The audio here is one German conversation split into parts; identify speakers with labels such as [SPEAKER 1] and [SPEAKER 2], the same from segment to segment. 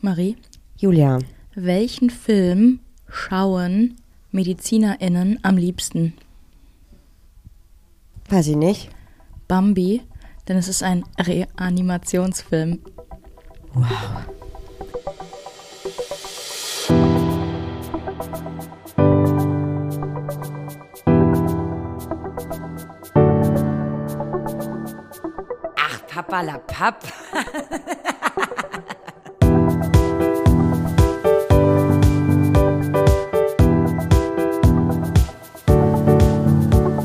[SPEAKER 1] Marie,
[SPEAKER 2] Julia,
[SPEAKER 1] welchen Film schauen MedizinerInnen am liebsten?
[SPEAKER 2] weiß ich nicht.
[SPEAKER 1] Bambi, denn es ist ein Reanimationsfilm.
[SPEAKER 3] Ach, Papa la Papp.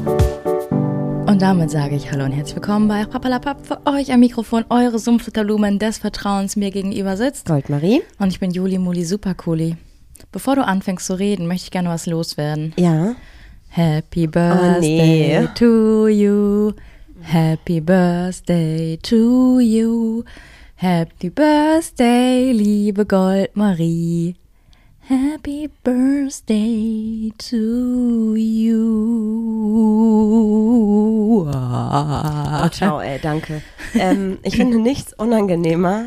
[SPEAKER 1] Und damit sage ich Hallo und herzlich willkommen bei Papalapap für euch am Mikrofon, eure Sumpfutterlumen des Vertrauens mir gegenüber sitzt.
[SPEAKER 2] Goldmarie?
[SPEAKER 1] Und ich bin Juli Muli Supercooli. Bevor du anfängst zu reden, möchte ich gerne was loswerden.
[SPEAKER 2] Ja.
[SPEAKER 1] Happy Birthday
[SPEAKER 2] Oh, nee.
[SPEAKER 1] to you. Happy Birthday to you. Happy Birthday, liebe Goldmarie. Happy Birthday to you.
[SPEAKER 2] Oh, ciao, ey, danke. ähm, ich finde nichts unangenehmer,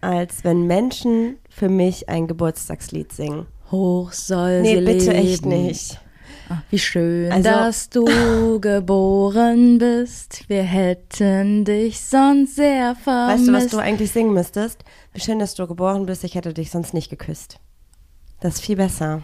[SPEAKER 2] als wenn Menschen für mich ein Geburtstagslied singen.
[SPEAKER 1] Hoch soll
[SPEAKER 2] Nee,
[SPEAKER 1] sie
[SPEAKER 2] bitte
[SPEAKER 1] leben.
[SPEAKER 2] echt nicht.
[SPEAKER 1] Ah, Wie schön,
[SPEAKER 2] Also-
[SPEAKER 1] dass du geboren bist. Wir hätten dich sonst sehr vermisst.
[SPEAKER 2] Weißt du, was du eigentlich singen müsstest? Wie schön, dass du geboren bist, ich hätte dich sonst nicht geküsst. Das ist viel besser.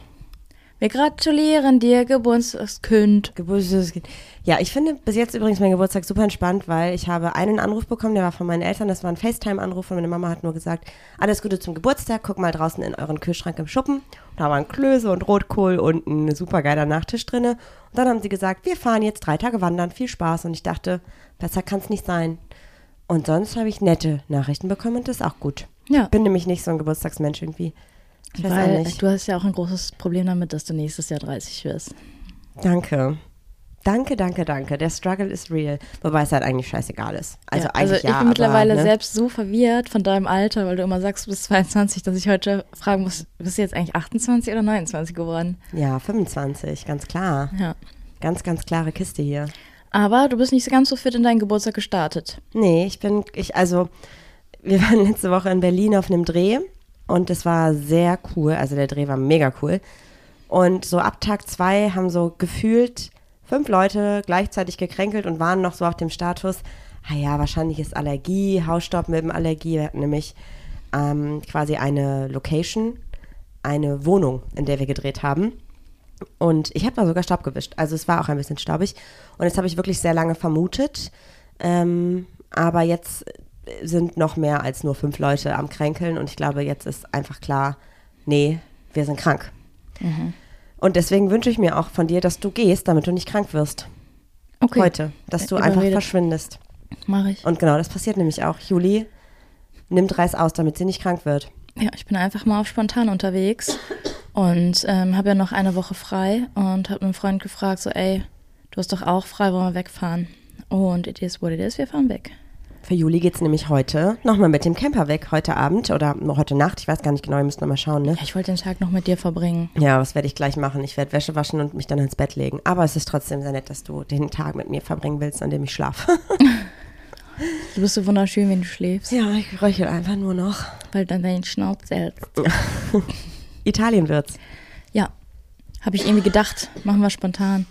[SPEAKER 1] Wir gratulieren dir, Geburtstagskind.
[SPEAKER 2] Geburtstagskind. Ja, ich finde bis jetzt übrigens meinen Geburtstag super entspannt, weil ich habe einen Anruf bekommen, der war von meinen Eltern, das war ein FaceTime-Anruf und meine Mama hat nur gesagt, alles Gute zum Geburtstag, guck mal draußen in euren Kühlschrank im Schuppen, da waren Klöße und Rotkohl und ein super geiler Nachtisch drinne. Und dann haben sie gesagt, wir fahren jetzt drei Tage wandern, viel Spaß und ich dachte, besser kann's nicht sein. Und sonst habe ich nette Nachrichten bekommen und das ist auch gut.
[SPEAKER 1] Ja,
[SPEAKER 2] Bin nämlich nicht so ein Geburtstagsmensch irgendwie. Ich weiß
[SPEAKER 1] weil
[SPEAKER 2] auch nicht.
[SPEAKER 1] du hast ja auch ein großes Problem damit, dass du nächstes Jahr 30 wirst.
[SPEAKER 2] Danke. Danke, danke, danke. Der Struggle ist real. Wobei es halt eigentlich scheißegal ist. Also
[SPEAKER 1] ja, also
[SPEAKER 2] eigentlich
[SPEAKER 1] ich
[SPEAKER 2] ja,
[SPEAKER 1] bin mittlerweile
[SPEAKER 2] aber, ne?
[SPEAKER 1] selbst so verwirrt von deinem Alter, weil du immer sagst, du bist 22, dass ich heute fragen muss, bist du jetzt eigentlich 28 oder 29 geworden?
[SPEAKER 2] Ja, 25, ganz klar.
[SPEAKER 1] Ja.
[SPEAKER 2] Ganz, ganz klare Kiste hier.
[SPEAKER 1] Aber du bist nicht so ganz so fit in deinen Geburtstag gestartet.
[SPEAKER 2] Nee, ich bin, ich, also, wir waren letzte Woche in Berlin auf einem Dreh und es war sehr cool. Also der Dreh war mega cool. Und so ab Tag zwei haben so gefühlt fünf Leute gleichzeitig gekränkelt und waren noch so auf dem Status, ah ja, wahrscheinlich ist Allergie, Hausstaubmilbenallergie. Wir hatten nämlich ähm, quasi eine Location, eine Wohnung, in der wir gedreht haben. Und ich habe da sogar Staub gewischt. Also es war auch ein bisschen staubig. Und das habe ich wirklich sehr lange vermutet. Ähm, aber jetzt sind noch mehr als nur fünf Leute am Kränkeln. Und ich glaube, jetzt ist einfach klar, nee, wir sind krank.
[SPEAKER 1] Mhm.
[SPEAKER 2] Und deswegen wünsche ich mir auch von dir, dass du gehst, damit du nicht krank wirst
[SPEAKER 1] Okay. Äh,
[SPEAKER 2] heute. Dass du
[SPEAKER 1] Überredet.
[SPEAKER 2] einfach verschwindest.
[SPEAKER 1] Mache ich.
[SPEAKER 2] Und genau, das passiert nämlich auch. Juli nimmt Reis aus, damit sie nicht krank wird.
[SPEAKER 1] Ja, ich bin einfach mal auf spontan unterwegs und ähm, habe ja noch eine Woche frei und habe einen Freund gefragt, so ey, du hast doch auch frei, wollen wir wegfahren? Und it is what it is, wir fahren weg.
[SPEAKER 2] Für Juli geht es nämlich heute nochmal mit dem Camper weg. Heute Abend oder heute Nacht. Ich weiß gar nicht genau, ihr müsst nochmal schauen, ne?
[SPEAKER 1] Ja, ich wollte den Tag noch mit dir verbringen.
[SPEAKER 2] Ja, was werde ich gleich machen? Ich werde Wäsche waschen und mich dann ins Bett legen. Aber es ist trotzdem sehr nett, dass du den Tag mit mir verbringen willst, an dem ich schlafe.
[SPEAKER 1] Du bist so wunderschön, wenn du schläfst,
[SPEAKER 2] ja, ich röchel einfach nur noch.
[SPEAKER 1] weil dann deinen Schnauz hältst.
[SPEAKER 2] Italien wird's.
[SPEAKER 1] Ja, habe ich irgendwie gedacht, machen wir spontan.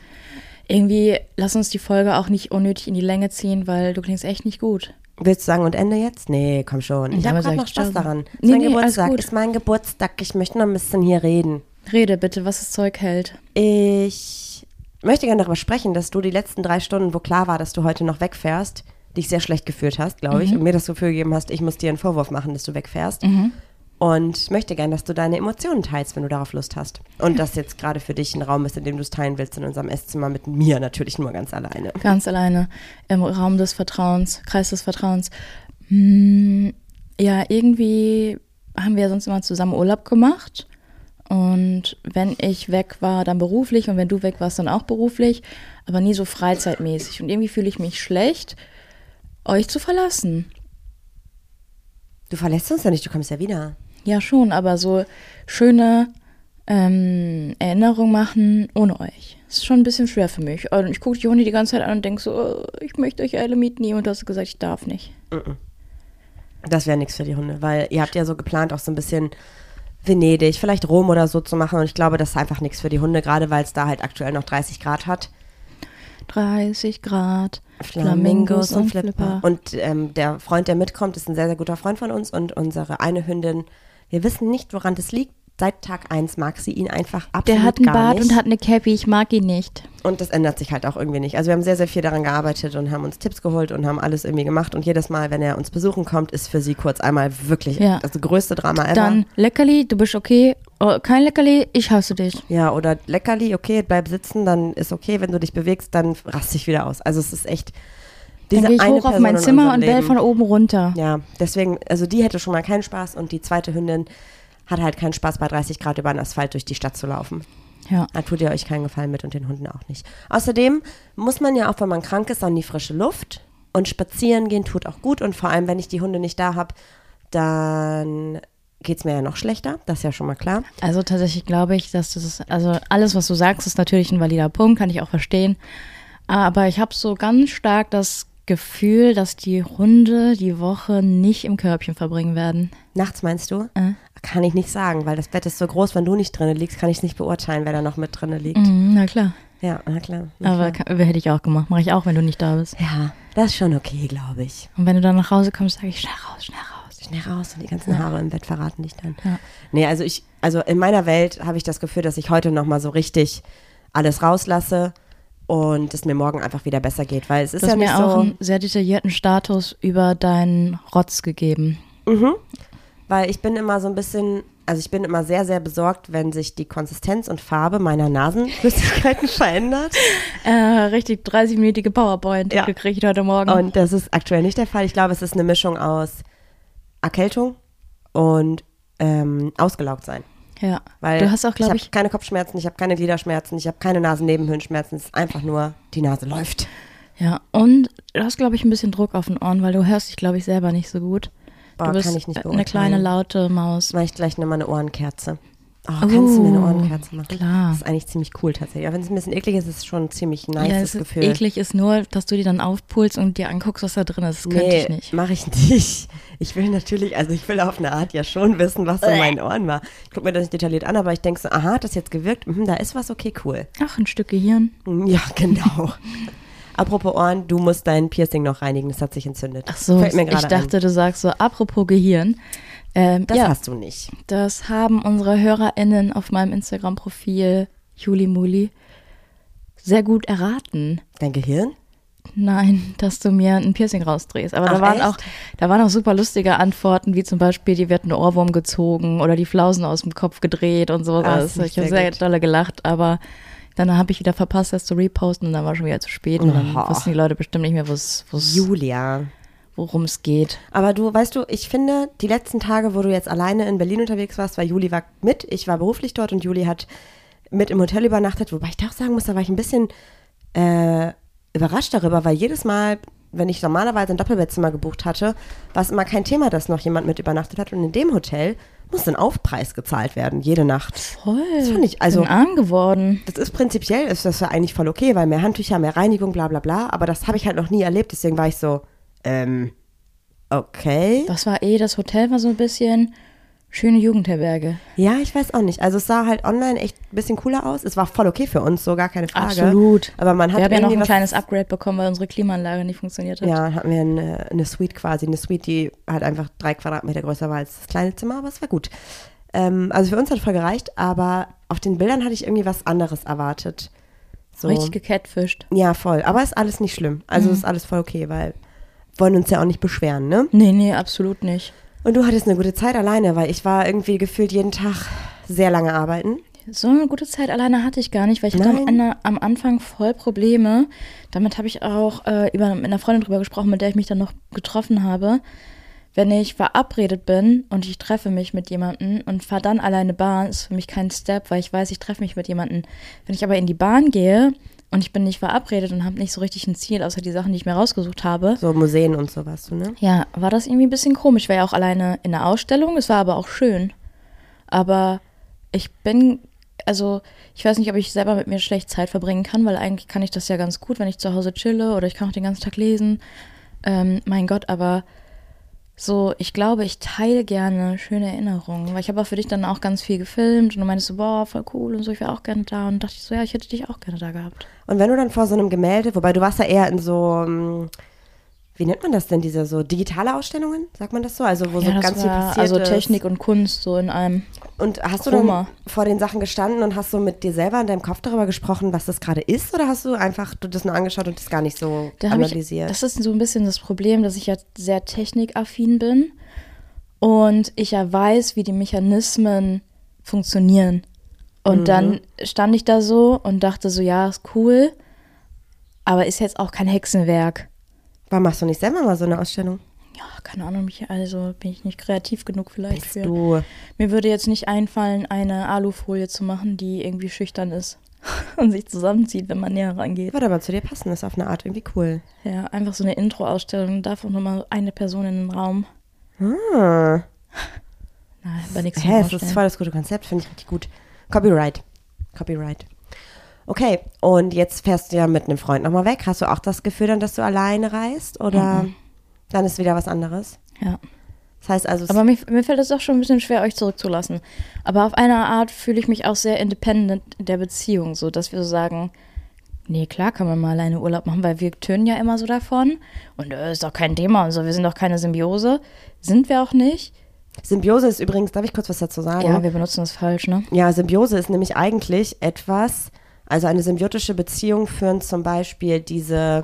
[SPEAKER 1] Irgendwie lass uns die Folge auch nicht unnötig in die Länge ziehen, weil du klingst echt nicht gut.
[SPEAKER 2] Willst du sagen und Ende jetzt? Nee, komm schon. Ich
[SPEAKER 1] Ja,
[SPEAKER 2] habe
[SPEAKER 1] aber
[SPEAKER 2] gerade
[SPEAKER 1] sag
[SPEAKER 2] noch
[SPEAKER 1] ich
[SPEAKER 2] Spaß
[SPEAKER 1] schon.
[SPEAKER 2] daran. Ist
[SPEAKER 1] Nee,
[SPEAKER 2] mein
[SPEAKER 1] nee, alles
[SPEAKER 2] Geburtstag
[SPEAKER 1] gut.
[SPEAKER 2] ist mein Geburtstag. Ich möchte noch ein bisschen hier reden.
[SPEAKER 1] Rede bitte, was das Zeug hält.
[SPEAKER 2] Ich möchte gerne darüber sprechen, dass du die letzten drei Stunden, wo klar war, dass du heute noch wegfährst, dich sehr schlecht gefühlt hast, glaube ich, und mir das Gefühl gegeben hast, ich muss dir einen Vorwurf machen, dass du wegfährst. Und möchte gerne, dass du deine Emotionen teilst, wenn du darauf Lust hast. Und dass jetzt gerade für dich ein Raum ist, in dem du es teilen willst, in unserem Esszimmer mit mir natürlich nur ganz alleine.
[SPEAKER 1] Ganz alleine im Raum des Vertrauens, Kreis des Vertrauens. Hm, ja, irgendwie haben wir sonst immer zusammen Urlaub gemacht. Und wenn ich weg war, dann beruflich und wenn du weg warst, dann auch beruflich, aber nie so freizeitmäßig. Und irgendwie fühle ich mich schlecht, euch zu verlassen.
[SPEAKER 2] Du verlässt uns ja nicht, du kommst ja wieder.
[SPEAKER 1] Ja, schon, aber so schöne ähm, Erinnerungen machen ohne euch. Ist schon ein bisschen schwer für mich. Und ich gucke die Hunde die ganze Zeit an und denke so, oh, ich möchte euch alle mitnehmen. Und du hast gesagt, ich darf nicht.
[SPEAKER 2] Das wäre nichts für die Hunde, weil ihr habt ja so geplant, auch so ein bisschen Venedig, vielleicht Rom oder so zu machen. Und ich glaube, das ist einfach nichts für die Hunde, gerade weil es da halt aktuell noch 30 Grad hat.
[SPEAKER 1] 30 Grad,
[SPEAKER 2] Flamingos und Flipper.
[SPEAKER 1] Und
[SPEAKER 2] Und ähm, der Freund, der mitkommt, ist ein sehr, sehr guter Freund von uns und unsere eine Hündin. Wir wissen nicht, woran das liegt. Seit Tag 1 mag sie ihn einfach absolut
[SPEAKER 1] der hat einen
[SPEAKER 2] gar
[SPEAKER 1] Bart
[SPEAKER 2] nicht.
[SPEAKER 1] und hat eine Cappy, ich mag ihn nicht.
[SPEAKER 2] Und das ändert sich halt auch irgendwie nicht. Also wir haben sehr, sehr viel daran gearbeitet und haben uns Tipps geholt und haben alles irgendwie gemacht. Und jedes Mal, wenn er uns besuchen kommt, ist für sie kurz einmal wirklich
[SPEAKER 1] Ja.
[SPEAKER 2] das größte Drama ever.
[SPEAKER 1] Dann Leckerli, du bist okay. Oh, kein Leckerli, ich hasse dich.
[SPEAKER 2] Ja, oder Leckerli, okay, bleib sitzen, dann ist okay. Wenn du dich bewegst, dann raste ich wieder aus. Also es ist echt diese
[SPEAKER 1] Dann gehe ich
[SPEAKER 2] eine
[SPEAKER 1] hoch auf
[SPEAKER 2] Person
[SPEAKER 1] mein
[SPEAKER 2] in
[SPEAKER 1] Zimmer
[SPEAKER 2] unserem
[SPEAKER 1] und bell
[SPEAKER 2] Leben.
[SPEAKER 1] von oben runter.
[SPEAKER 2] Ja, deswegen, also die hätte schon mal keinen Spaß und die zweite Hündin hat halt keinen Spaß, bei 30 Grad über den Asphalt durch die Stadt zu laufen.
[SPEAKER 1] Ja.
[SPEAKER 2] Da tut ihr euch keinen Gefallen mit und den Hunden auch nicht. Außerdem muss man ja auch, wenn man krank ist, an die frische Luft. Und spazieren gehen tut auch gut. Und vor allem, wenn ich die Hunde nicht da habe, dann geht's mir ja noch schlechter. Das ist ja schon mal klar.
[SPEAKER 1] Also tatsächlich glaube ich, dass das ist, also alles, was du sagst, ist natürlich ein valider Punkt, kann ich auch verstehen. Aber ich habe so ganz stark das Gefühl, dass die Hunde die Woche nicht im Körbchen verbringen werden.
[SPEAKER 2] Nachts meinst du? Kann ich nicht sagen, weil das Bett ist so groß, wenn du nicht drinnen liegst, kann ich es nicht beurteilen, wer da noch mit drinnen liegt.
[SPEAKER 1] Mhm, na klar.
[SPEAKER 2] Ja, na klar. na
[SPEAKER 1] Aber
[SPEAKER 2] klar.
[SPEAKER 1] ka- hätte ich auch gemacht. Mache ich auch, wenn du nicht da bist.
[SPEAKER 2] Ja, das ist schon okay, glaube ich.
[SPEAKER 1] Und wenn du dann nach Hause kommst, sage ich, schnell raus, schnell raus.
[SPEAKER 2] Schnell raus und die ganzen Haare im Bett verraten dich dann.
[SPEAKER 1] Ja.
[SPEAKER 2] Nee, also ich, also in meiner Welt habe ich das Gefühl, dass ich heute nochmal so richtig alles rauslasse und es mir morgen einfach wieder besser geht, weil es ist
[SPEAKER 1] Du
[SPEAKER 2] ja
[SPEAKER 1] hast
[SPEAKER 2] nicht
[SPEAKER 1] mir
[SPEAKER 2] so,
[SPEAKER 1] auch einen sehr detaillierten Status über deinen Rotz gegeben.
[SPEAKER 2] weil ich bin immer so ein bisschen, also ich bin immer sehr, sehr besorgt, wenn sich die Konsistenz und Farbe meiner Nasenflüssigkeiten verändert.
[SPEAKER 1] Äh, richtig 30-minütige PowerPoint
[SPEAKER 2] Ja.
[SPEAKER 1] gekriegt heute Morgen.
[SPEAKER 2] Und das ist aktuell nicht der Fall. Ich glaube, es ist eine Mischung aus Erkältung und ähm, ausgelaugt sein.
[SPEAKER 1] ja.
[SPEAKER 2] Weil
[SPEAKER 1] du hast auch, glaube
[SPEAKER 2] hab
[SPEAKER 1] ich,
[SPEAKER 2] keine Kopfschmerzen, ich habe keine Gliederschmerzen, ich habe keine Nasennebenhöhlenschmerzen. Es ist einfach nur, die Nase läuft.
[SPEAKER 1] Ja, und du hast, glaube ich, ein bisschen Druck auf den Ohren, weil du hörst dich, glaube ich, selber nicht so gut.
[SPEAKER 2] Boah,
[SPEAKER 1] du bist
[SPEAKER 2] kann ich nicht
[SPEAKER 1] äh, eine
[SPEAKER 2] beurteilen.
[SPEAKER 1] kleine laute Maus.
[SPEAKER 2] Mache ich gleich nochmal eine Ohrenkerze. Oh, kannst du mir eine
[SPEAKER 1] Oh,
[SPEAKER 2] Ohrenkerze machen?
[SPEAKER 1] klar.
[SPEAKER 2] Das ist eigentlich ziemlich cool tatsächlich. Auch wenn es ein bisschen eklig ist, ist es schon ein ziemlich nice
[SPEAKER 1] ja,
[SPEAKER 2] das
[SPEAKER 1] es ist
[SPEAKER 2] Gefühl.
[SPEAKER 1] eklig ist nur, dass du die dann aufpulst und dir anguckst, was da drin ist. Das könnte
[SPEAKER 2] nee,
[SPEAKER 1] ich nicht.
[SPEAKER 2] mache ich nicht. Ich will natürlich, also ich will auf eine Art ja schon wissen, was in meinen Ohren war. Ich gucke mir das nicht detailliert an, aber ich denke so, aha, hat das jetzt gewirkt? Mhm, da ist was, okay, cool.
[SPEAKER 1] Ach, ein Stück Gehirn.
[SPEAKER 2] Ja, genau. Apropos Ohren, du musst dein Piercing noch reinigen, das hat sich entzündet.
[SPEAKER 1] Ach so,
[SPEAKER 2] Fällt mir
[SPEAKER 1] ich
[SPEAKER 2] gerade ein.
[SPEAKER 1] dachte, du sagst so, apropos Gehirn. Ähm,
[SPEAKER 2] Das
[SPEAKER 1] ja,
[SPEAKER 2] hast du nicht.
[SPEAKER 1] das haben unsere HörerInnen auf meinem Instagram-Profil Juli Muli sehr gut erraten.
[SPEAKER 2] Dein Gehirn?
[SPEAKER 1] Nein, dass du mir ein Piercing rausdrehst. Aber
[SPEAKER 2] Ach,
[SPEAKER 1] da waren
[SPEAKER 2] echt?
[SPEAKER 1] auch, da waren auch super lustige Antworten, wie zum Beispiel, die wird ein Ohrwurm gezogen oder die Flausen aus dem Kopf gedreht und sowas.
[SPEAKER 2] Ah, das
[SPEAKER 1] also,
[SPEAKER 2] finde
[SPEAKER 1] ich
[SPEAKER 2] ich
[SPEAKER 1] habe
[SPEAKER 2] sehr
[SPEAKER 1] sehr
[SPEAKER 2] gut.
[SPEAKER 1] dolle gelacht, aber dann habe ich wieder verpasst, das zu reposten und dann war schon wieder zu spät und dann
[SPEAKER 2] Oh.
[SPEAKER 1] wussten die Leute bestimmt nicht mehr, wo's- wo's-
[SPEAKER 2] Julia.
[SPEAKER 1] worum es geht.
[SPEAKER 2] Aber du, weißt du, ich finde, die letzten Tage, wo du jetzt alleine in Berlin unterwegs warst, weil Juli war mit, ich war beruflich dort und Juli hat mit im Hotel übernachtet, wobei ich da auch sagen muss, da war ich ein bisschen äh, überrascht darüber, weil jedes Mal, wenn ich normalerweise ein Doppelbettzimmer gebucht hatte, war es immer kein Thema, dass noch jemand mit übernachtet hat. Und in dem Hotel musste ein Aufpreis gezahlt werden, jede Nacht.
[SPEAKER 1] Voll.
[SPEAKER 2] Das fand ich, also-
[SPEAKER 1] Bin arm geworden.
[SPEAKER 2] Das ist prinzipiell, ist das ja eigentlich voll okay, weil mehr Handtücher, mehr Reinigung, bla bla bla. Aber das habe ich halt noch nie erlebt, deswegen war ich so, ähm, okay.
[SPEAKER 1] Das war eh, das Hotel war so ein bisschen schöne Jugendherberge.
[SPEAKER 2] Ja, ich weiß auch nicht. Also es sah halt online echt ein bisschen cooler aus. Es war voll okay für uns, so gar keine Frage.
[SPEAKER 1] Absolut.
[SPEAKER 2] Aber man hat
[SPEAKER 1] Wir haben ja noch
[SPEAKER 2] irgendwie
[SPEAKER 1] ein
[SPEAKER 2] was-
[SPEAKER 1] kleines Upgrade bekommen, weil unsere Klimaanlage nicht funktioniert hat.
[SPEAKER 2] Ja, hatten wir eine, eine Suite quasi. Eine Suite, die halt einfach drei Quadratmeter größer war als das kleine Zimmer, aber es war gut. Ähm, also für uns hat voll gereicht, aber auf den Bildern hatte ich irgendwie was anderes erwartet. So.
[SPEAKER 1] Richtig gecatfischt.
[SPEAKER 2] Ja, voll. Aber ist alles nicht schlimm. Also
[SPEAKER 1] Mhm.
[SPEAKER 2] ist alles voll okay, weil wollen uns ja auch nicht beschweren, ne?
[SPEAKER 1] Nee, nee, absolut nicht.
[SPEAKER 2] Und du hattest eine gute Zeit alleine, weil ich war irgendwie gefühlt jeden Tag sehr lange arbeiten.
[SPEAKER 1] So eine gute Zeit alleine hatte ich gar nicht, weil ich hatte am,
[SPEAKER 2] Nein.
[SPEAKER 1] Ende- am Anfang voll Probleme. Damit habe ich auch äh, über, mit einer Freundin drüber gesprochen, mit der ich mich dann noch getroffen habe. Wenn ich verabredet bin und ich treffe mich mit jemandem und fahre dann alleine Bahn, ist für mich kein Step, weil ich weiß, ich treffe mich mit jemandem. Wenn ich aber in die Bahn gehe und ich bin nicht verabredet und habe nicht so richtig ein Ziel, außer die Sachen, die ich mir rausgesucht habe,
[SPEAKER 2] So Museen und sowas, so, ne?
[SPEAKER 1] Ja, war das irgendwie ein bisschen komisch. Ich war ja auch alleine in der Ausstellung, es war aber auch schön. Aber ich bin, also ich weiß nicht, ob ich selber mit mir schlecht Zeit verbringen kann, weil eigentlich kann ich das ja ganz gut, wenn ich zu Hause chille oder ich kann auch den ganzen Tag lesen. Ähm, mein Gott, aber so, ich glaube, ich teile gerne schöne Erinnerungen, weil ich habe auch für dich dann auch ganz viel gefilmt und du meintest so, boah, voll cool und so, ich wäre auch gerne da und dachte ich so, ja, ich hätte dich auch gerne da gehabt.
[SPEAKER 2] Und wenn du dann vor so einem Gemälde, wobei du warst ja eher in so, ähm, wie nennt man das denn, diese so digitale Ausstellungen, sagt man das so? Also wo so
[SPEAKER 1] ja, das
[SPEAKER 2] ganz
[SPEAKER 1] war
[SPEAKER 2] viel
[SPEAKER 1] also Technik und Kunst so in einem.
[SPEAKER 2] Und hast du
[SPEAKER 1] Chroma.
[SPEAKER 2] dann vor den Sachen gestanden und hast so mit dir selber in deinem Kopf darüber gesprochen, was das gerade ist? Oder hast du einfach du das nur angeschaut und das gar nicht so
[SPEAKER 1] Da hab ich,
[SPEAKER 2] analysiert?
[SPEAKER 1] das ist so ein bisschen das Problem, dass ich ja sehr technikaffin bin und ich ja weiß, wie die Mechanismen funktionieren. Und
[SPEAKER 2] Mhm.
[SPEAKER 1] dann stand ich da so und dachte so, ja, ist cool, aber ist jetzt auch kein Hexenwerk.
[SPEAKER 2] Warum machst du nicht selber mal so eine Ausstellung?
[SPEAKER 1] Ja, keine Ahnung, mich, also bin ich nicht kreativ genug vielleicht
[SPEAKER 2] Bist
[SPEAKER 1] für.
[SPEAKER 2] du.
[SPEAKER 1] Mir würde jetzt nicht einfallen, eine Alufolie zu machen, die irgendwie schüchtern ist und sich zusammenzieht, wenn man näher rangeht.
[SPEAKER 2] Würde aber zu dir passen, ist auf eine Art irgendwie cool.
[SPEAKER 1] Ja, einfach so eine Intro-Ausstellung, darf auch nur mal eine Person in den Raum.
[SPEAKER 2] Hm.
[SPEAKER 1] Nein, aber nichts
[SPEAKER 2] Hä,
[SPEAKER 1] zum
[SPEAKER 2] das ist
[SPEAKER 1] Vorstellen.
[SPEAKER 2] voll das gute Konzept, finde ich richtig gut. Copyright. Copyright. Okay, und jetzt fährst du ja mit einem Freund nochmal weg. Hast du auch das Gefühl dann, dass du alleine reist? Oder dann ist wieder was anderes?
[SPEAKER 1] Ja.
[SPEAKER 2] Das heißt also, es-
[SPEAKER 1] Aber mir, mir fällt es auch schon ein bisschen schwer, euch zurückzulassen. Aber auf eine Art fühle ich mich auch sehr independent in der Beziehung, so dass wir so sagen, nee, klar kann man mal alleine Urlaub machen, weil wir tönen ja immer so davon und äh, ist doch kein Thema und so, wir sind doch keine Symbiose. Sind wir auch nicht.
[SPEAKER 2] Symbiose ist übrigens, darf ich kurz was dazu sagen?
[SPEAKER 1] Ja, wir benutzen das falsch, ne?
[SPEAKER 2] Ja, Symbiose ist nämlich eigentlich etwas, also eine symbiotische Beziehung führen zum Beispiel diese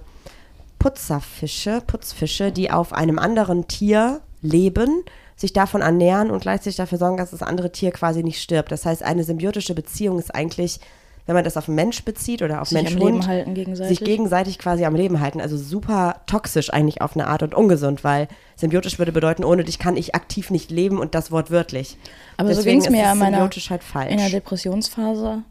[SPEAKER 2] Putzerfische, Putzfische, die auf einem anderen Tier leben, sich davon ernähren und gleichzeitig dafür sorgen, dass das andere Tier quasi nicht stirbt. Das heißt, eine symbiotische Beziehung ist eigentlich, wenn man das auf einen Mensch bezieht oder auf
[SPEAKER 1] Sich am
[SPEAKER 2] Mensch
[SPEAKER 1] Leben
[SPEAKER 2] Hund,
[SPEAKER 1] halten gegenseitig.
[SPEAKER 2] sich gegenseitig quasi am Leben halten. Also super toxisch eigentlich auf eine Art und ungesund, weil symbiotisch würde bedeuten, ohne dich kann ich aktiv nicht leben und das wortwörtlich.
[SPEAKER 1] Aber so
[SPEAKER 2] Deswegen
[SPEAKER 1] ging es mir
[SPEAKER 2] ist
[SPEAKER 1] ja in meiner,
[SPEAKER 2] symbiotisch halt falsch.
[SPEAKER 1] in der Depressionsphase.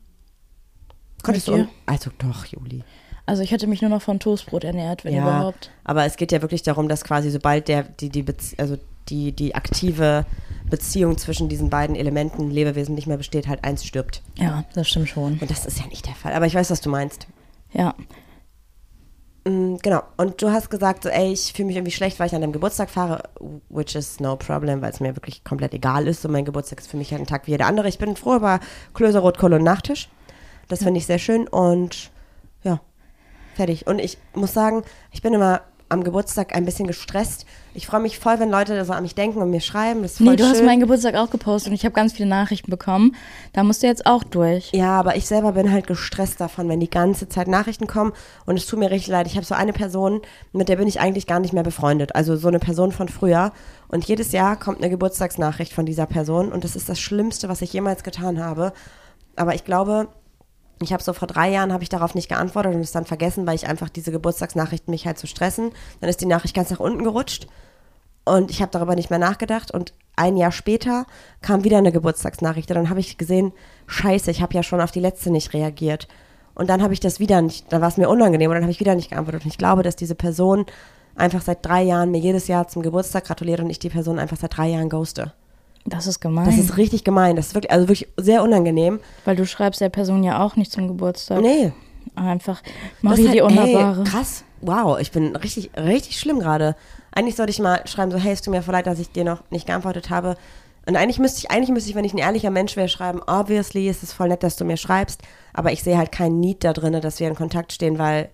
[SPEAKER 2] Konntest
[SPEAKER 1] Mit
[SPEAKER 2] du?
[SPEAKER 1] dir?
[SPEAKER 2] Also doch, Juli.
[SPEAKER 1] Also ich hätte mich nur noch von Toastbrot ernährt, wenn überhaupt.
[SPEAKER 2] aber es geht ja wirklich darum, dass quasi sobald der, die, die, Bez- also die, die aktive Beziehung zwischen diesen beiden Elementen, Lebewesen nicht mehr besteht, halt eins stirbt.
[SPEAKER 1] Ja, das stimmt schon.
[SPEAKER 2] Und das ist ja nicht der Fall. Aber ich weiß, was du meinst.
[SPEAKER 1] Ja,
[SPEAKER 2] Mm, Genau. Und du hast gesagt, so, ey, ich fühle mich irgendwie schlecht, weil ich an deinem Geburtstag fahre, which is no problem, weil es mir wirklich komplett egal ist. Und mein Geburtstag ist für mich halt ein Tag wie jeder andere. Ich bin froh über Klöße, Rotkohl und Nachtisch. Das finde ich sehr schön und ja, fertig. Und ich muss sagen, ich bin immer am Geburtstag ein bisschen gestresst. Ich freue mich voll, wenn Leute so an mich denken und mir schreiben. Das ist voll
[SPEAKER 1] Nee, du
[SPEAKER 2] schön.
[SPEAKER 1] hast meinen Geburtstag auch gepostet und ich habe ganz viele Nachrichten bekommen. Da musst du jetzt auch durch.
[SPEAKER 2] Ja, aber ich selber bin halt gestresst davon, wenn die ganze Zeit Nachrichten kommen und es tut mir richtig leid. Ich habe so eine Person, mit der bin ich eigentlich gar nicht mehr befreundet. Also so eine Person von früher. Und jedes Jahr kommt eine Geburtstagsnachricht von dieser Person und das ist das Schlimmste, was ich jemals getan habe. Aber ich glaube, ich habe so vor drei Jahren habe ich darauf nicht geantwortet und es dann vergessen, weil ich einfach diese Geburtstagsnachrichten mich halt zu stressen. Dann ist die Nachricht ganz nach unten gerutscht und ich habe darüber nicht mehr nachgedacht. Und ein Jahr später kam wieder eine Geburtstagsnachricht. Und dann habe ich gesehen, scheiße, ich habe ja schon auf die letzte nicht reagiert. Und dann habe ich das wieder nicht, dann war es mir unangenehm und dann habe ich wieder nicht geantwortet. Und ich glaube, dass diese Person einfach seit drei Jahren mir jedes Jahr zum Geburtstag gratuliert und ich die Person einfach seit drei Jahren ghoste.
[SPEAKER 1] Das ist gemein.
[SPEAKER 2] Das ist richtig gemein. Das ist wirklich, also wirklich sehr unangenehm.
[SPEAKER 1] weil du schreibst der Person ja auch nicht zum Geburtstag.
[SPEAKER 2] Nee.
[SPEAKER 1] Einfach
[SPEAKER 2] Das
[SPEAKER 1] Marie
[SPEAKER 2] ist
[SPEAKER 1] die
[SPEAKER 2] halt- ey,
[SPEAKER 1] Unnahbare.
[SPEAKER 2] krass. Wow, ich bin richtig, richtig schlimm gerade. Eigentlich sollte ich mal schreiben, so, hey, es tut mir voll leid, dass ich dir noch nicht geantwortet habe. Und eigentlich müsste ich, eigentlich müsste ich, wenn ich ein ehrlicher Mensch wäre, schreiben, obviously ist es voll nett, dass du mir schreibst, aber ich sehe halt keinen Need da drin, dass wir in Kontakt stehen, weil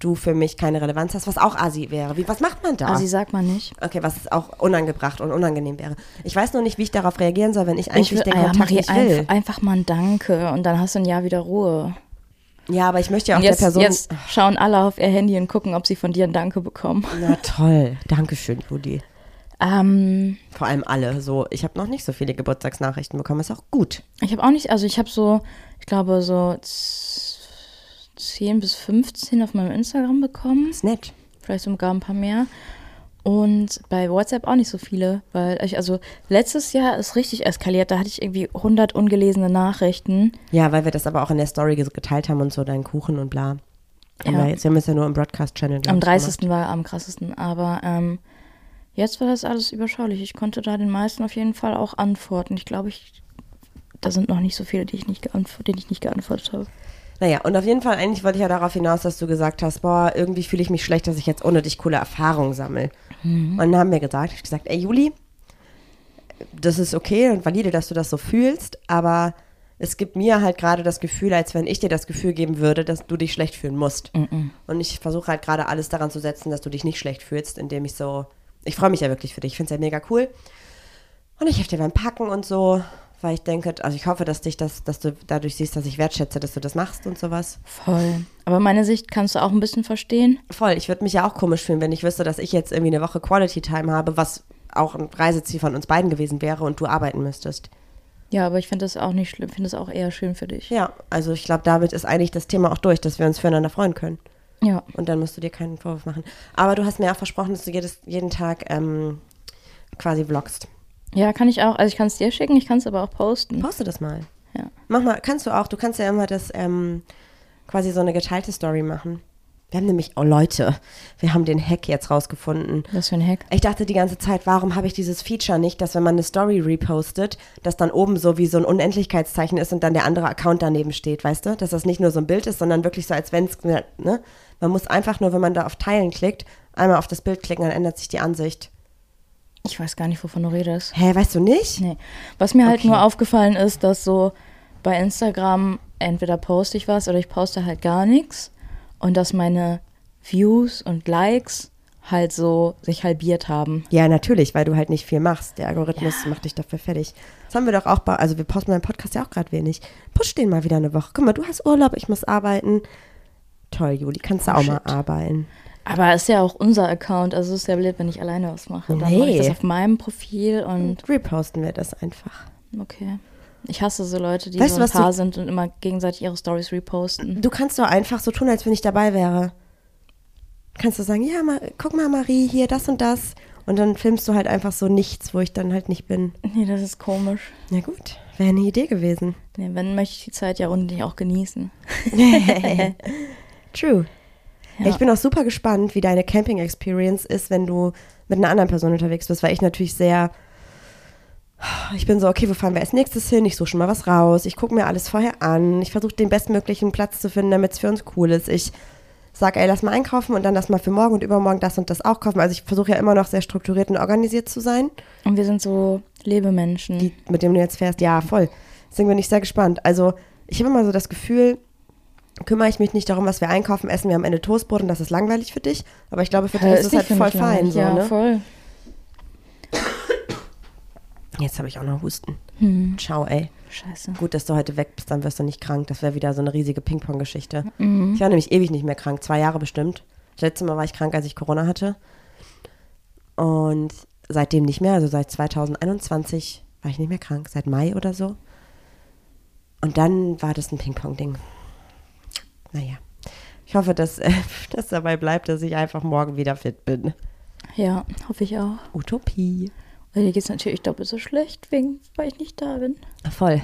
[SPEAKER 2] du für mich keine Relevanz hast, was auch Asi wäre. Wie, was macht man da?
[SPEAKER 1] Also sie sagt man nicht.
[SPEAKER 2] okay, was auch unangebracht und unangenehm wäre. Ich weiß nur nicht, wie ich darauf reagieren soll, wenn ich eigentlich
[SPEAKER 1] will-
[SPEAKER 2] den
[SPEAKER 1] ah ja,
[SPEAKER 2] Kontakt
[SPEAKER 1] Marie,
[SPEAKER 2] nicht will.
[SPEAKER 1] Einfach, einfach mal ein Danke und dann hast du ein Jahr wieder Ruhe.
[SPEAKER 2] Ja, aber ich möchte ja auch
[SPEAKER 1] Und jetzt,
[SPEAKER 2] der Person...
[SPEAKER 1] jetzt schauen alle auf ihr Handy und gucken, ob sie von dir ein Danke bekommen.
[SPEAKER 2] Na toll, Dankeschön, Judy.
[SPEAKER 1] Ähm,
[SPEAKER 2] Vor allem alle. So, ich habe noch nicht so viele Geburtstagsnachrichten bekommen. Ist auch gut.
[SPEAKER 1] ich habe auch nicht, also ich habe so, ich glaube so z- 10 bis 15 auf meinem Instagram bekommen.
[SPEAKER 2] Ist nett.
[SPEAKER 1] vielleicht sogar ein paar mehr. Und bei WhatsApp auch nicht so viele, weil ich, also letztes Jahr ist richtig eskaliert, da hatte ich irgendwie 100 ungelesene Nachrichten.
[SPEAKER 2] Ja, weil wir das aber auch in der Story ges- geteilt haben und so deinen Kuchen und bla. Haben
[SPEAKER 1] Ja.
[SPEAKER 2] wir, jetzt, wir haben es ja nur im Broadcast-Channel. glaub
[SPEAKER 1] am
[SPEAKER 2] ich, gemacht.
[SPEAKER 1] 30. war am krassesten, aber ähm, jetzt war das alles überschaulich. Ich konnte da den meisten auf jeden Fall auch antworten. Ich glaube, ich, da sind noch nicht so viele, die ich nicht geantwortet, denen ich nicht geantwortet habe.
[SPEAKER 2] Naja, und auf jeden Fall, eigentlich wollte ich ja darauf hinaus, dass du gesagt hast, boah, irgendwie fühle ich mich schlecht, dass ich jetzt ohne dich coole Erfahrungen sammle. Und dann haben wir gesagt, ich hab gesagt, ey Juli, das ist okay und valide, dass du das so fühlst, aber es gibt mir halt gerade das Gefühl, als wenn ich dir das Gefühl geben würde, dass du dich schlecht fühlen musst. Und ich versuche halt gerade alles daran zu setzen, dass du dich nicht schlecht fühlst, indem ich so, ich freue mich ja wirklich für dich, ich finde es ja mega cool. Und ich helfe dir beim Packen und so, weil ich denke, also ich hoffe, dass dich das, dass du dadurch siehst, dass ich wertschätze, dass du das machst und sowas.
[SPEAKER 1] Voll. Aber meine Sicht kannst du auch ein bisschen verstehen.
[SPEAKER 2] Voll, ich würde mich ja auch komisch fühlen, wenn ich wüsste, dass ich jetzt irgendwie eine Woche Quality Time habe, was auch ein Reiseziel von uns beiden gewesen wäre und du arbeiten müsstest.
[SPEAKER 1] Ja, aber ich finde das auch nicht schlimm, finde das auch eher schön für dich.
[SPEAKER 2] Ja, also ich glaube, damit ist eigentlich das Thema auch durch, dass wir uns füreinander freuen können.
[SPEAKER 1] Ja.
[SPEAKER 2] Und dann musst du dir keinen Vorwurf machen. Aber du hast mir auch versprochen, dass du jedes, jeden Tag ähm, quasi vlogst.
[SPEAKER 1] Ja, kann ich auch. Also ich kann es dir schicken, ich kann es aber auch posten.
[SPEAKER 2] Poste das mal.
[SPEAKER 1] Ja.
[SPEAKER 2] Mach mal, kannst du auch, du kannst ja immer das ähm, quasi so eine geteilte Story machen. Wir haben nämlich, oh Leute, wir haben den Hack jetzt rausgefunden.
[SPEAKER 1] Was für ein Hack.
[SPEAKER 2] Ich dachte die ganze Zeit, warum habe ich dieses Feature nicht, dass wenn man eine Story repostet, dass dann oben so wie so ein Unendlichkeitszeichen ist und dann der andere Account daneben steht, weißt du? Dass das nicht nur so ein Bild ist, sondern wirklich so, als wenn es, ne? Man muss einfach nur, wenn man da auf Teilen klickt, einmal auf das Bild klicken, dann ändert sich die Ansicht.
[SPEAKER 1] Ich weiß gar nicht, wovon du redest.
[SPEAKER 2] Hä, weißt du nicht?
[SPEAKER 1] Nee. Was mir halt
[SPEAKER 2] Okay.
[SPEAKER 1] nur aufgefallen ist, dass so bei Instagram entweder poste ich was oder ich poste halt gar nichts und dass meine Views und Likes halt so sich halbiert haben.
[SPEAKER 2] Ja, natürlich, weil du halt nicht viel machst. Der Algorithmus macht dich dafür fertig. Das haben wir doch auch bei, also wir posten beim Podcast ja auch gerade wenig. Push den mal wieder eine Woche. Guck mal, du hast Urlaub, ich muss arbeiten. Toll, Juli, kannst du auch mal arbeiten.
[SPEAKER 1] Aber ist ja auch unser Account, also ist ja blöd, wenn ich alleine was mache. Dann mache ich
[SPEAKER 2] Nee.
[SPEAKER 1] das auf meinem Profil und
[SPEAKER 2] Reposten wir das einfach.
[SPEAKER 1] okay. Ich hasse so Leute, die
[SPEAKER 2] Weißt
[SPEAKER 1] so
[SPEAKER 2] du,
[SPEAKER 1] ein
[SPEAKER 2] was du-
[SPEAKER 1] Paar sind und immer gegenseitig ihre Stories reposten.
[SPEAKER 2] Du kannst doch einfach so tun, als wenn ich dabei wäre. Kannst du sagen, ja, Ma guck mal, Marie, hier das und das. Und dann filmst du halt einfach so nichts, wo ich dann halt nicht bin.
[SPEAKER 1] Nee, das ist komisch.
[SPEAKER 2] Na gut, wäre eine Idee gewesen.
[SPEAKER 1] Nee, wenn möchte ich die Zeit ja ordentlich auch genießen.
[SPEAKER 2] True.
[SPEAKER 1] Ja.
[SPEAKER 2] Ich bin auch super gespannt, wie deine Camping-Experience ist, wenn du mit einer anderen Person unterwegs bist, weil ich natürlich sehr. Ich bin so, okay, wo fahren wir als nächstes hin? Ich suche schon mal was raus. Ich gucke mir alles vorher an. Ich versuche den bestmöglichen Platz zu finden, damit es für uns cool ist. Ich sag, ey, lass mal einkaufen und dann lass mal für morgen und übermorgen das und das auch kaufen. Also ich versuche ja immer noch sehr strukturiert und organisiert zu sein.
[SPEAKER 1] Und wir sind so Lebemenschen.
[SPEAKER 2] Die, mit dem du jetzt fährst, ja, voll. Deswegen bin ich sehr gespannt. Also ich habe immer so das Gefühl, kümmere ich mich nicht darum, was wir einkaufen, essen wir am Ende Toastbrot und das ist langweilig für dich. Aber ich glaube, für dich
[SPEAKER 1] Äh,
[SPEAKER 2] ist es
[SPEAKER 1] nicht
[SPEAKER 2] halt
[SPEAKER 1] für
[SPEAKER 2] voll
[SPEAKER 1] mich langweilig.
[SPEAKER 2] fein. So,
[SPEAKER 1] ja,
[SPEAKER 2] ne?
[SPEAKER 1] voll.
[SPEAKER 2] Jetzt habe ich auch noch Husten.
[SPEAKER 1] Hm.
[SPEAKER 2] Ciao, ey.
[SPEAKER 1] Scheiße.
[SPEAKER 2] Gut, dass du heute weg bist, dann wirst du nicht krank. Das wäre wieder so eine riesige Ping-Pong-Geschichte. Ich war nämlich ewig nicht mehr krank, zwei Jahre bestimmt. Das letzte Mal war ich krank, als ich Corona hatte. Und seitdem nicht mehr, also seit 2021 war ich nicht mehr krank, seit Mai oder so. Und dann war das ein Ping-Pong-Ding. Naja. Ich hoffe, dass äh, das dabei bleibt, dass ich einfach morgen wieder fit bin.
[SPEAKER 1] Ja, hoffe ich auch.
[SPEAKER 2] Utopie.
[SPEAKER 1] Weil dir geht es natürlich doppelt so schlecht, wegen, weil ich nicht da bin.
[SPEAKER 2] Voll.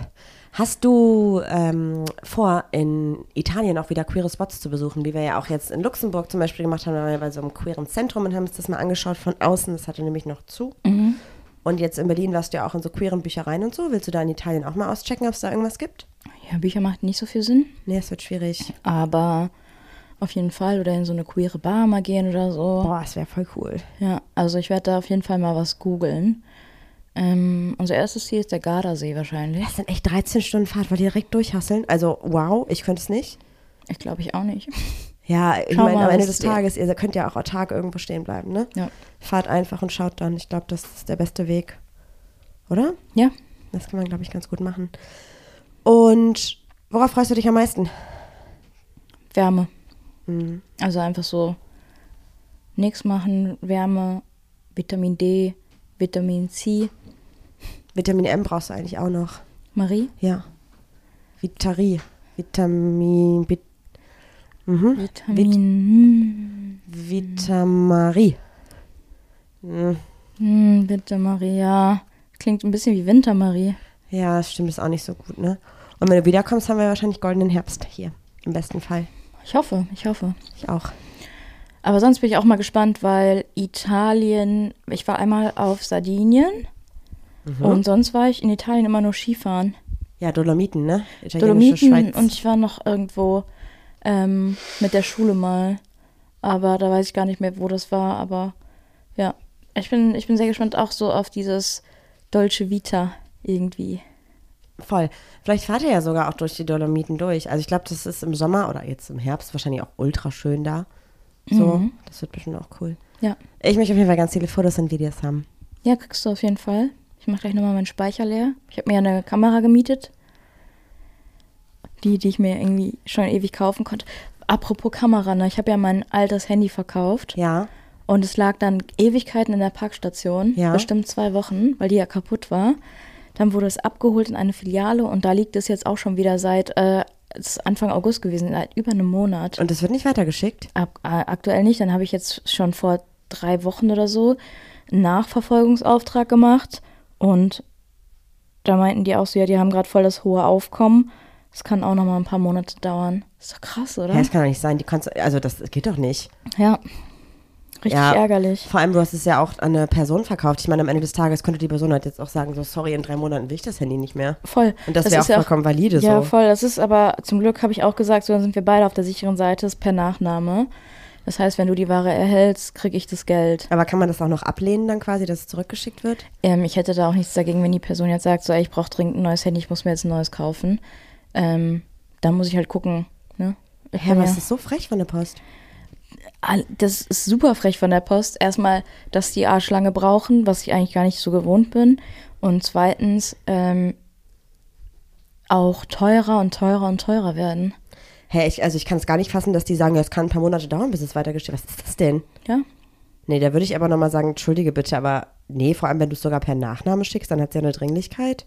[SPEAKER 2] Hast du ähm, vor, in Italien auch wieder queere Spots zu besuchen, wie wir ja auch jetzt in Luxemburg zum Beispiel gemacht haben, da waren wir bei so einem queeren Zentrum und haben uns das mal angeschaut von außen, das hatte nämlich noch zu. Und jetzt in Berlin warst du ja auch in so queeren Büchereien und so. Willst du da in Italien auch mal auschecken, ob es da irgendwas gibt?
[SPEAKER 1] Ja, Bücher macht nicht so viel Sinn.
[SPEAKER 2] Nee, es wird schwierig.
[SPEAKER 1] Aber auf jeden Fall. Oder in so eine queere Bar mal gehen oder so.
[SPEAKER 2] Boah, es wäre voll cool.
[SPEAKER 1] Ja, also ich werde da auf jeden Fall mal was googeln. Ähm, unser erstes Ziel ist der Gardasee wahrscheinlich.
[SPEAKER 2] Das sind echt 13 Stunden Fahrt, weil die direkt durchhasseln. Also, wow, ich könnte es nicht.
[SPEAKER 1] Ich glaube, ich auch nicht.
[SPEAKER 2] Ja, ich
[SPEAKER 1] Schau
[SPEAKER 2] meine,
[SPEAKER 1] mal,
[SPEAKER 2] am Ende
[SPEAKER 1] was
[SPEAKER 2] des
[SPEAKER 1] wir-
[SPEAKER 2] Tages, ihr könnt ja auch autark irgendwo stehen bleiben, ne?
[SPEAKER 1] Ja.
[SPEAKER 2] Fahrt einfach und schaut dann. Ich glaube, das ist der beste Weg. Oder?
[SPEAKER 1] Ja,
[SPEAKER 2] Das kann man, glaube ich, ganz gut machen. Und worauf freust du dich am meisten? Hm,
[SPEAKER 1] Wärme. Also einfach so nichts machen, Wärme, Vitamin D, Vitamin C.
[SPEAKER 2] Vitamin M brauchst du eigentlich auch noch.
[SPEAKER 1] Marie?
[SPEAKER 2] Ja. Vitari. Vitamin. Mhm. Vit,
[SPEAKER 1] Vitamin.
[SPEAKER 2] Vitamari.
[SPEAKER 1] Hm, bitte, Maria. Klingt ein bisschen wie Wintermarie.
[SPEAKER 2] Ja, stimmt, ist auch nicht so gut, ne? Und wenn du wiederkommst, haben wir wahrscheinlich goldenen Herbst hier. Im besten Fall.
[SPEAKER 1] Ich hoffe, ich hoffe.
[SPEAKER 2] Ich auch.
[SPEAKER 1] Aber sonst bin ich auch mal gespannt, weil Italien, ich war einmal auf Sardinien und sonst war ich in Italien immer nur Skifahren.
[SPEAKER 2] Ja, Dolomiten, ne? Italienische
[SPEAKER 1] Dolomiten
[SPEAKER 2] Schweiz.
[SPEAKER 1] und ich war noch irgendwo ähm, mit der Schule mal. Aber da weiß ich gar nicht mehr, wo das war. Aber ja, ich bin, ich bin sehr gespannt auch so auf dieses Dolce Vita irgendwie.
[SPEAKER 2] Voll. Vielleicht fahrt ihr ja sogar auch durch die Dolomiten durch. Also ich glaube, das ist im Sommer oder jetzt im Herbst wahrscheinlich auch ultra schön da. So,
[SPEAKER 1] Mhm.
[SPEAKER 2] das wird bestimmt auch cool.
[SPEAKER 1] Ja,
[SPEAKER 2] Ich möchte auf jeden Fall ganz viele Fotos und Videos haben.
[SPEAKER 1] ja kriegst du auf jeden Fall. Ich mache gleich nochmal meinen Speicher leer. Ich habe mir ja eine Kamera gemietet. Die, die ich mir irgendwie schon ewig kaufen konnte. Apropos Kamera, ne? ich habe ja mein altes Handy verkauft.
[SPEAKER 2] Ja.
[SPEAKER 1] Und es lag dann Ewigkeiten in der Parkstation,
[SPEAKER 2] Ja.
[SPEAKER 1] bestimmt zwei Wochen, weil die ja kaputt war. Dann wurde es abgeholt in eine Filiale und da liegt es jetzt auch schon wieder seit äh, es ist Anfang August gewesen, seit über einem Monat.
[SPEAKER 2] Und das wird nicht weitergeschickt?
[SPEAKER 1] Ab, äh, aktuell nicht. Dann habe ich jetzt schon vor drei Wochen oder so einen Nachverfolgungsauftrag gemacht und da meinten die auch so, ja, die haben gerade voll das hohe Aufkommen. Das kann auch noch mal ein paar Monate dauern. Ist doch krass, oder?
[SPEAKER 2] Ja, das kann doch nicht sein. Die kannst, also das geht doch nicht.
[SPEAKER 1] Ja. Richtig
[SPEAKER 2] ja,
[SPEAKER 1] ärgerlich.
[SPEAKER 2] Vor allem, du hast es ja auch an eine Person verkauft. Ich meine, am Ende des Tages könnte die Person halt jetzt auch sagen, so sorry, in drei Monaten will ich das Handy nicht mehr.
[SPEAKER 1] Voll.
[SPEAKER 2] Und das wäre
[SPEAKER 1] ist
[SPEAKER 2] auch vollkommen valide
[SPEAKER 1] Ja,
[SPEAKER 2] so.
[SPEAKER 1] voll. Das ist aber, zum Glück habe ich auch gesagt, so dann sind wir beide auf der sicheren Seite, ist per Nachname. Das heißt, wenn du die Ware erhältst, kriege ich das Geld.
[SPEAKER 2] Aber kann man das auch noch ablehnen dann quasi, dass es zurückgeschickt wird?
[SPEAKER 1] Ähm, ich hätte da auch nichts dagegen, wenn die Person jetzt sagt, so, ey, ich brauche dringend ein neues Handy, ich muss mir jetzt ein neues kaufen. Ähm, dann muss ich halt gucken. Ne? Ich
[SPEAKER 2] Hä,
[SPEAKER 1] bin
[SPEAKER 2] aber
[SPEAKER 1] ja-
[SPEAKER 2] es ist so frech von der Post.
[SPEAKER 1] All- Das ist super frech von der Post. Erstmal, dass die Arschlange brauchen, was ich eigentlich gar nicht so gewohnt bin. Und zweitens, ähm, auch teurer und teurer und teurer werden.
[SPEAKER 2] Hä, ich, also ich kann es gar nicht fassen, dass die sagen, ja, es kann ein paar Monate dauern, bis es weitergeschickt wird. Was ist das denn?
[SPEAKER 1] Ja,
[SPEAKER 2] Nee, da würde ich aber nochmal sagen, entschuldige bitte, aber nee, vor allem, wenn du es sogar per Nachname schickst, dann hat es ja eine Dringlichkeit.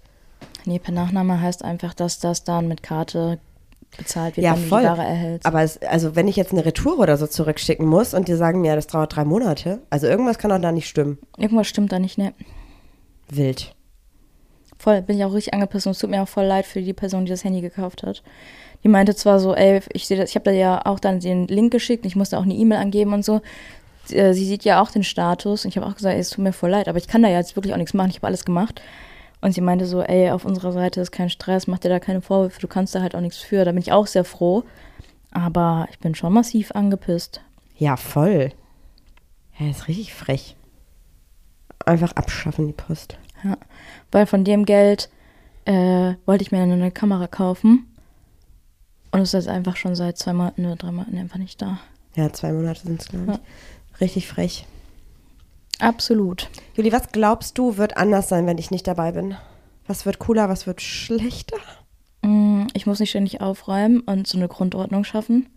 [SPEAKER 1] Nee, per Nachname heißt einfach, dass das dann mit Karte bezahlt wird,
[SPEAKER 2] Ja,
[SPEAKER 1] wenn
[SPEAKER 2] voll.
[SPEAKER 1] du die Ware erhältst.
[SPEAKER 2] Aber es, also wenn ich jetzt eine Retour oder so zurückschicken muss und die sagen, ja, das dauert drei Monate, also irgendwas kann doch da nicht stimmen.
[SPEAKER 1] Irgendwas stimmt da nicht, ne?
[SPEAKER 2] Wild.
[SPEAKER 1] Voll, bin ich auch richtig angepisst und es tut mir auch voll leid für die Person, die das Handy gekauft hat. Die meinte zwar so, ey, ich sehe das, ich habe da ja auch dann den Link geschickt, und ich musste auch eine E-Mail angeben und so. Sie, äh, sie sieht ja auch den Status und ich habe auch gesagt, ey, es tut mir voll leid, aber ich kann da jetzt wirklich auch nichts machen, ich habe alles gemacht. Und sie meinte so, ey, auf unserer Seite ist kein Stress, mach dir da keine Vorwürfe, du kannst da halt auch nichts für. Da bin ich auch sehr froh. Aber ich bin schon massiv angepisst.
[SPEAKER 2] Ja, voll. Ja, ist richtig frech. Einfach abschaffen, die Post.
[SPEAKER 1] Ja, weil von dem Geld äh, wollte ich mir eine neue Kamera kaufen. Und es ist jetzt einfach schon seit zwei Monaten oder drei Monaten einfach nicht da.
[SPEAKER 2] Ja, zwei Monate sind es, glaube ich. Richtig frech.
[SPEAKER 1] Absolut.
[SPEAKER 2] Juli, was glaubst du, wird anders sein, wenn ich nicht dabei bin? Was wird cooler, was wird schlechter?
[SPEAKER 1] Mm, Ich muss nicht ständig aufräumen und so eine Grundordnung schaffen.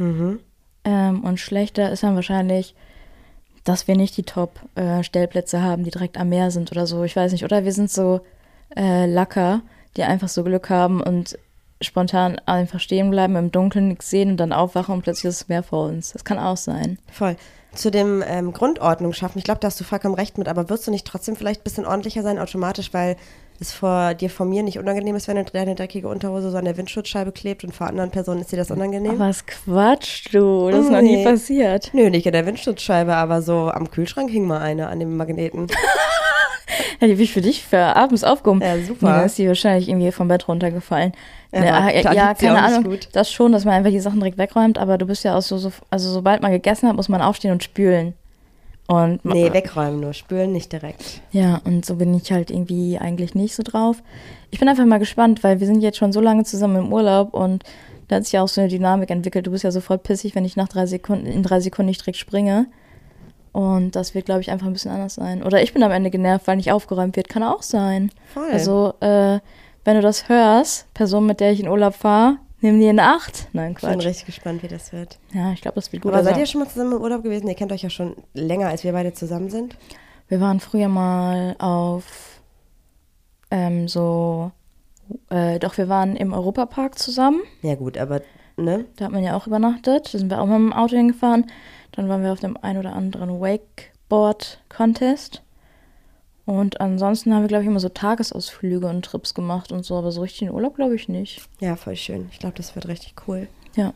[SPEAKER 1] Ähm, und schlechter ist dann wahrscheinlich, dass wir nicht die Top-Stellplätze haben, die direkt am Meer sind oder so. Ich weiß nicht. Oder wir sind so äh, Lacker, die einfach so Glück haben und spontan einfach stehen bleiben, im Dunkeln nichts sehen und dann aufwachen und plötzlich ist das Meer vor uns. Das kann auch sein.
[SPEAKER 2] Voll. Zu dem ähm, Grundordnung schaffen, ich glaube, da hast du vollkommen recht mit, aber wirst du nicht trotzdem vielleicht ein bisschen ordentlicher sein, automatisch, weil es vor dir von mir nicht unangenehm ist, wenn du deine dreckige Unterhose so an der Windschutzscheibe klebt und vor anderen Personen ist dir das unangenehm?
[SPEAKER 1] Was quatschst du? Das ist noch
[SPEAKER 2] Nee.
[SPEAKER 1] nie passiert.
[SPEAKER 2] Nö, nicht in der Windschutzscheibe, aber so am Kühlschrank hing mal eine an dem Magneten.
[SPEAKER 1] Hätte ich für dich für abends aufgehoben.
[SPEAKER 2] Ja, super.
[SPEAKER 1] Nee, da ist die wahrscheinlich irgendwie vom Bett runtergefallen.
[SPEAKER 2] Ja,
[SPEAKER 1] Ne,
[SPEAKER 2] aber
[SPEAKER 1] ah, ja,
[SPEAKER 2] da
[SPEAKER 1] ja
[SPEAKER 2] liegt sie
[SPEAKER 1] keine
[SPEAKER 2] auch nicht
[SPEAKER 1] Ahnung.
[SPEAKER 2] gut.
[SPEAKER 1] Das schon, dass man einfach die Sachen direkt wegräumt, aber du bist ja auch so, so also sobald man gegessen hat, muss man aufstehen und spülen. Und ma-
[SPEAKER 2] Nee, wegräumen nur, spülen nicht direkt.
[SPEAKER 1] ja, und so bin ich halt irgendwie eigentlich nicht so drauf. Ich bin einfach mal gespannt, weil wir sind jetzt schon so lange zusammen im Urlaub und da hat sich ja auch so eine Dynamik entwickelt. Du bist ja sofort pissig, wenn ich nach drei Sekunden, in drei Sekunden nicht direkt springe. Und das wird, glaube ich, einfach ein bisschen anders sein. Oder ich bin am Ende genervt, weil nicht aufgeräumt wird. Kann auch sein.
[SPEAKER 2] Voll.
[SPEAKER 1] Also, äh, wenn du das hörst, Person, mit der ich in Urlaub fahre, nimm die in Acht. Nein,
[SPEAKER 2] Ich bin
[SPEAKER 1] Quatsch.
[SPEAKER 2] richtig gespannt, wie das wird.
[SPEAKER 1] Ja, ich glaube, das wird gut.
[SPEAKER 2] Aber
[SPEAKER 1] Also,
[SPEAKER 2] seid ihr schon mal zusammen im Urlaub gewesen? Ihr kennt euch ja schon länger, als wir beide zusammen sind.
[SPEAKER 1] Wir waren früher mal auf ähm, so, äh, doch wir waren im Europapark zusammen.
[SPEAKER 2] Ja gut, aber ne?
[SPEAKER 1] Da hat man ja auch übernachtet. Da sind wir auch mit dem Auto hingefahren. Dann waren wir auf dem ein oder anderen Wakeboard-Contest. Und ansonsten haben wir, glaube ich, immer so Tagesausflüge und Trips gemacht und so. Aber so richtig in Urlaub, glaube ich, nicht.
[SPEAKER 2] Ja, voll schön. Ich glaube, das wird richtig cool.
[SPEAKER 1] Ja.